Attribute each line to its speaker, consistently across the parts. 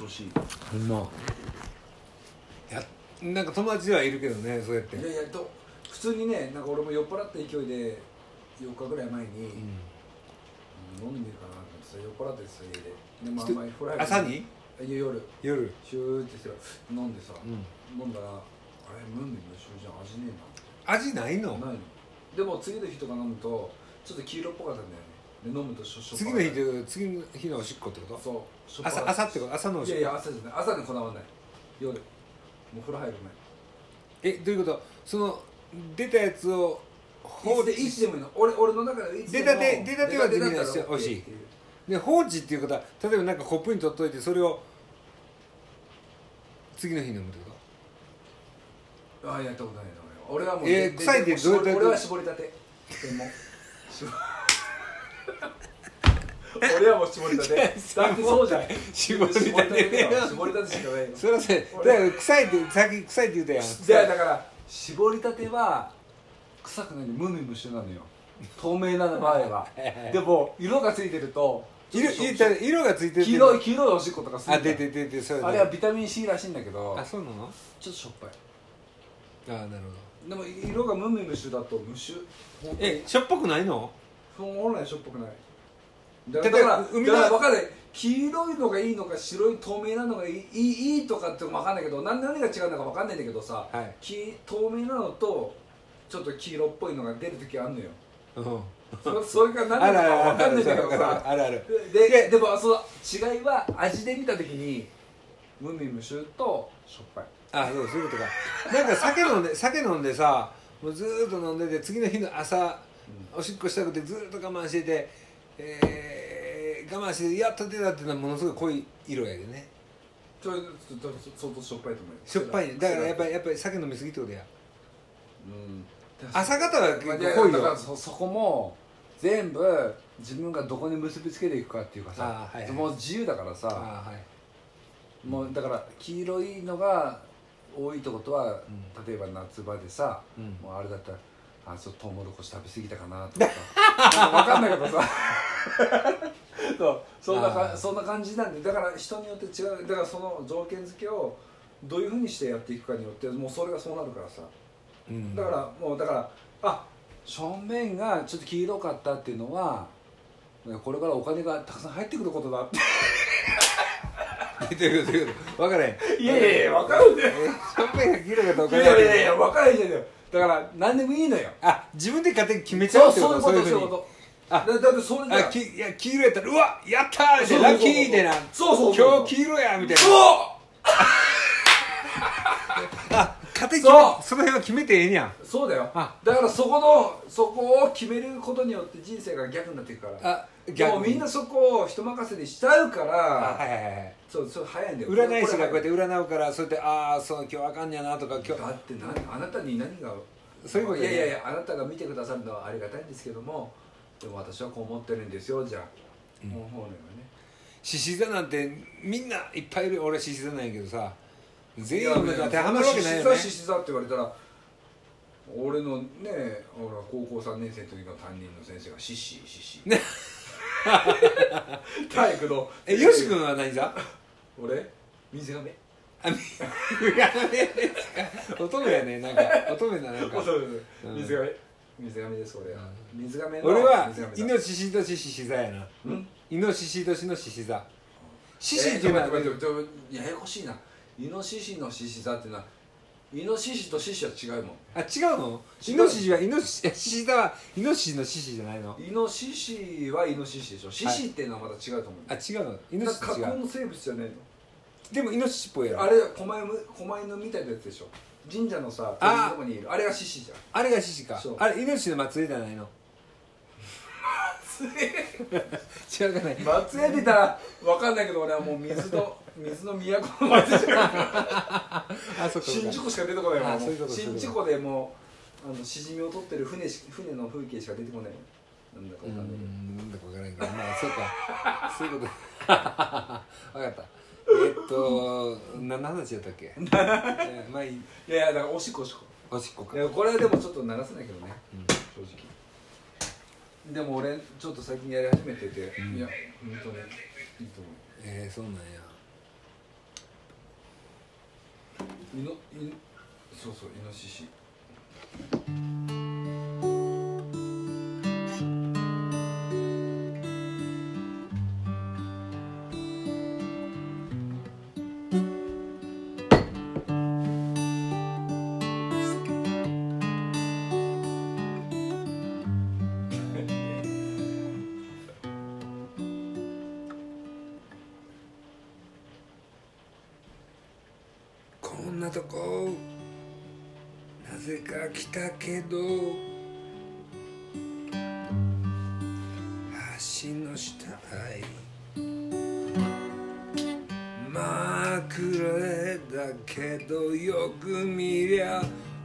Speaker 1: ほしい
Speaker 2: ほんま
Speaker 3: やなんか友達ではいるけどねそうやって
Speaker 1: いやいやと普通にねなんか俺も酔っ払った勢いで4日ぐらい前に、飲んでるかなと思ってさ酔っ払ってさ家でで、まあ、
Speaker 3: して
Speaker 1: 前フライ
Speaker 3: 朝に
Speaker 1: いや夜
Speaker 3: 夜
Speaker 1: シューってさ飲んでさ、
Speaker 2: う
Speaker 1: 飲んだらあれムンビンのシューじゃん味ね
Speaker 3: 味ない
Speaker 1: えな
Speaker 3: の
Speaker 1: ないのでも次の日とか飲むとちょっと黄色っぽかったんだよねで飲むとしょしょっぱか
Speaker 3: 次の
Speaker 1: った
Speaker 3: 日と次の日のおしっこってこと
Speaker 1: そうしょっぱか
Speaker 3: 朝
Speaker 1: った
Speaker 3: 朝ってこと朝のお
Speaker 1: い
Speaker 3: し
Speaker 1: や
Speaker 3: っ
Speaker 1: い
Speaker 3: こ
Speaker 1: や朝じゃない朝にこだわんない夜もう風呂入る
Speaker 3: えどういうことその出たやつを放
Speaker 1: 前いつでい
Speaker 3: 置
Speaker 1: つでもいいの俺俺の中でいつでも
Speaker 3: 出たて出たては
Speaker 1: 出た
Speaker 3: できないし
Speaker 1: だったら
Speaker 3: 美味しい
Speaker 1: OK ってう
Speaker 3: で放置っていうことは例えばなんかコップに取っといてそれを次の日飲むってこと
Speaker 1: ああやったことないな俺は俺はもう、
Speaker 3: えー
Speaker 1: で
Speaker 3: 臭いって
Speaker 1: で
Speaker 3: どうやって
Speaker 1: 絞り俺は絞りたてでも 絞俺はもう絞 りたてだってそうじゃん
Speaker 3: 絞りたて
Speaker 1: だよ絞りたてしかないの
Speaker 3: それはせだから臭いってさっき臭いって言うたやん
Speaker 1: じゃあだから絞りたては臭くない無味無臭なのよ透明な場合 はでも色がついてるとちょっ
Speaker 3: 色
Speaker 1: と
Speaker 3: 色色がついてる
Speaker 1: 黄色い黄色いおしっことかする
Speaker 3: あ
Speaker 1: んだ
Speaker 3: 出
Speaker 1: よ
Speaker 3: て出てそう
Speaker 1: あれはビタミン C らしいんだけど
Speaker 3: あそうなの
Speaker 1: ちょっとしょっぱい
Speaker 3: あなる
Speaker 1: でも色が無味無臭だと無臭
Speaker 3: ほどえしょっぱくないの
Speaker 1: 本来しょっぱくないだ
Speaker 3: 例え
Speaker 1: か
Speaker 3: ば
Speaker 1: らだから
Speaker 3: 海
Speaker 1: 海
Speaker 3: の
Speaker 1: だから分かんない黄色いのがいいのか白い透明なのがいいいいいいとかっても分かんないけど何何が違うのか分かんないんだけどさ、
Speaker 3: はい
Speaker 1: き透明なのとちょっと黄色っぽいのが出る時あんのよ
Speaker 3: うん
Speaker 1: そそれが何
Speaker 3: あ
Speaker 1: な
Speaker 3: る
Speaker 1: の
Speaker 3: あ
Speaker 1: か
Speaker 3: る
Speaker 1: 分かんないんだけどさ
Speaker 3: あるある
Speaker 1: で
Speaker 3: で
Speaker 1: でもその違いは味で見た時に無味無臭としょっぱい
Speaker 3: あそうそういうことかなんか酒飲んで酒飲んでさもうずーっと飲んでて次の日の朝おしっこしたくてずーっと我慢してて、えー、我慢してやっと出たっていうのはものすごい濃い色やでね
Speaker 1: ちょちょちょちょ相当しょっぱいと思うよ
Speaker 3: しょっぱいねだからやっぱり
Speaker 1: り
Speaker 3: やっぱり酒飲みすぎってことや
Speaker 1: うん
Speaker 3: 朝方は結
Speaker 1: まあ
Speaker 3: 構
Speaker 1: いや
Speaker 3: 濃い
Speaker 1: だから
Speaker 3: よ
Speaker 1: そそこも全部自分がどこに結びつけていくかっていうかさ
Speaker 3: あーはいはい
Speaker 1: もう自由だから
Speaker 3: あ
Speaker 1: さ
Speaker 3: あはい
Speaker 1: もうだから黄色いのが多いってことは、
Speaker 3: う
Speaker 1: 例えば夏場でさ、
Speaker 3: うん
Speaker 1: もうあれだったらあちょっとトウモロコシ食べ過ぎたかなと か分かんないけどさそうそんな
Speaker 3: あー
Speaker 1: かそんな感じなんでだから人によって違うだからその条件付けをどういうふうにしてやっていくかによってもうそれがそうなるからさ
Speaker 3: うん
Speaker 1: だ からもうだからあ正面がちょっと黄色かったっていうのはこれからお金がたくさん入ってくることだって
Speaker 3: 出てる出てる 分からへん
Speaker 1: いやいやいや分かるんだ
Speaker 3: えションペンが切れたかどう
Speaker 1: い
Speaker 3: か
Speaker 1: やい
Speaker 3: わからんけど
Speaker 1: やいや分かるじゃんだよだから何でもいいのよ
Speaker 3: あ自分で勝手に決めちゃ
Speaker 1: そうう
Speaker 3: ってこ
Speaker 1: そういうことそう
Speaker 3: とふ
Speaker 1: いう
Speaker 3: に
Speaker 1: こと
Speaker 3: あ
Speaker 1: だだってそれじ
Speaker 3: あ
Speaker 1: ゃ
Speaker 3: きいや黄色やったら「うわやったー!」みたいな
Speaker 1: そ
Speaker 3: 「ラ
Speaker 1: う
Speaker 3: ッ
Speaker 1: そうそうそう
Speaker 3: キー!」みたいな
Speaker 1: そうそうそう
Speaker 3: 今日黄色や!」みたい
Speaker 1: そう
Speaker 3: なあ勝手に決め
Speaker 1: そう
Speaker 3: その辺は決めてええんや
Speaker 1: そうだよ
Speaker 3: あ
Speaker 1: だからそこのそこを決めることによって人生が逆になっていくから
Speaker 3: あ
Speaker 1: でもみんなそこを人任せにしちゃうか
Speaker 3: あ
Speaker 1: ら、
Speaker 3: はいはいはいはい
Speaker 1: そうそう早いんだよ
Speaker 3: 占い師がこう
Speaker 1: れ
Speaker 3: やって占うからそうやって「ああそう今日あかんやな」とか「今日
Speaker 1: だってなあなたに何が
Speaker 3: そういうこと
Speaker 1: い
Speaker 3: だ
Speaker 1: やい
Speaker 3: よね
Speaker 1: やいやあなたが見てくださるのはありがたいんですけどもでも私はこう思ってるんですよじゃあ、もう方面はね
Speaker 3: 獅子座なんてみんないっぱいいる俺獅子座なんやけどさ全員
Speaker 1: いや
Speaker 3: 同じ当てはまるわけな
Speaker 1: 獅子
Speaker 3: いよ
Speaker 1: 座
Speaker 3: ね
Speaker 1: 獅子座って言われたら俺のね俺は高校3年生の時の担任の先生が獅子獅子
Speaker 3: ね
Speaker 1: 体育の
Speaker 3: えよし君は何座
Speaker 1: 俺水亀
Speaker 3: あみやめですか乙女やねなんか乙女な なんかうん
Speaker 1: 水亀水亀です俺は、水亀の
Speaker 3: 俺は
Speaker 1: 水亀
Speaker 3: イ
Speaker 1: だ
Speaker 3: ノシシとシシシ座やなイノシシとシのシシ座シシっていうのは
Speaker 1: えーちょっと待って待って待ってややこしいなイノシシの獅子座ってなイノシシと獅子は違うも
Speaker 3: あ違うのイノシシはイノシシ シシ座はイノシシのシシじゃないの
Speaker 1: んイノシシはイノシシでしょ獅子っていうのはまた違うと思う、
Speaker 3: あ違うのイ
Speaker 1: な
Speaker 3: ノ
Speaker 1: ん
Speaker 3: シ
Speaker 1: か架
Speaker 3: シと違
Speaker 1: 空
Speaker 3: う
Speaker 1: の生物じゃね
Speaker 3: でもイノシシっぽい
Speaker 1: え
Speaker 3: や
Speaker 1: のあ
Speaker 3: ろ
Speaker 1: れ狛犬狛犬みたいなやつでしょ神社のさ鳥居のとこにいるあれが獅子じゃん
Speaker 3: あれがシシか
Speaker 1: そう
Speaker 3: あれイノシシの祭りじゃないの違うかない
Speaker 1: 松江見たら分かんないけど俺はもう水 の水の都の松江じゃん
Speaker 3: あそっかそっ
Speaker 1: 新
Speaker 3: か
Speaker 1: 宿しか出てこない
Speaker 3: あ
Speaker 1: もん
Speaker 3: そういうことそういう
Speaker 1: 新
Speaker 3: こと
Speaker 1: 宿でもうあのシジミを取ってる船し船の風景しか出てこないもんなんだか
Speaker 3: う
Speaker 1: わかんないけど
Speaker 3: んなんだかわからんけどまあそうか そういうことわかったえっと何の話やったっけえまあいい
Speaker 1: いやいやだからおしっこおしっこ
Speaker 3: おしっこか
Speaker 1: いやこれはでもちょっと流せないけどね、正直でも俺ちょっと最近やり始めてて、いや本当にいいと思
Speaker 3: えー、そうなんや
Speaker 1: いのいそうそうイノシシ
Speaker 3: こんなとこなぜか来たけど橋の下へ真っ暗だけどよく見りゃ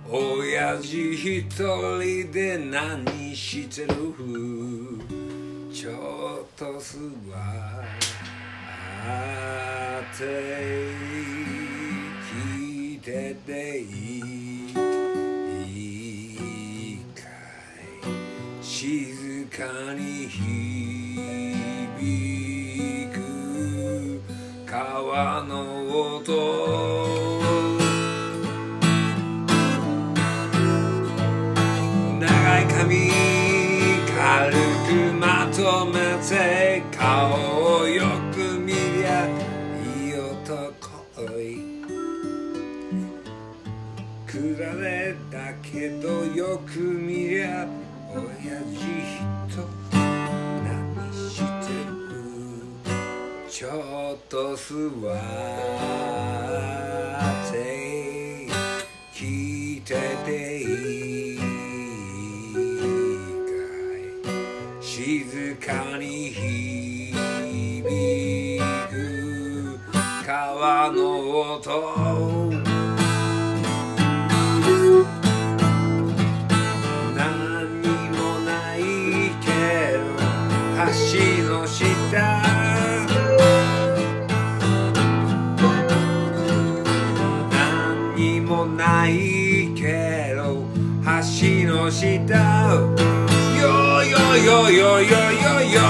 Speaker 3: 親父一人で何してるちょっとすわって聞いてていいかい静かに響く川の音長い髪軽くまとめて顔をよく見りゃいい男おいくられだけどよく見りゃ親父人何してるちょっと座って聞いてていいかい静かに響く川の音何もないけど橋の下何にもないけど橋の下よよよよよよよ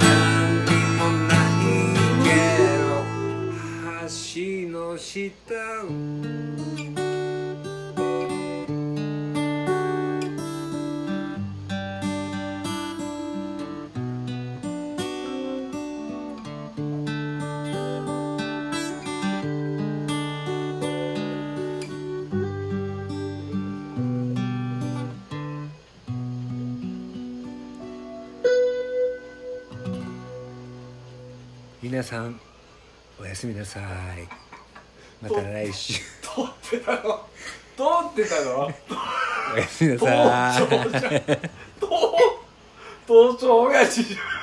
Speaker 3: 何にもないけど橋の下皆さんおやすみなさいまた来週
Speaker 1: 通ってたの通ってたの
Speaker 3: おやすみな
Speaker 1: 盗
Speaker 3: さい
Speaker 1: 聴じゃん盗盗聴親父じゃん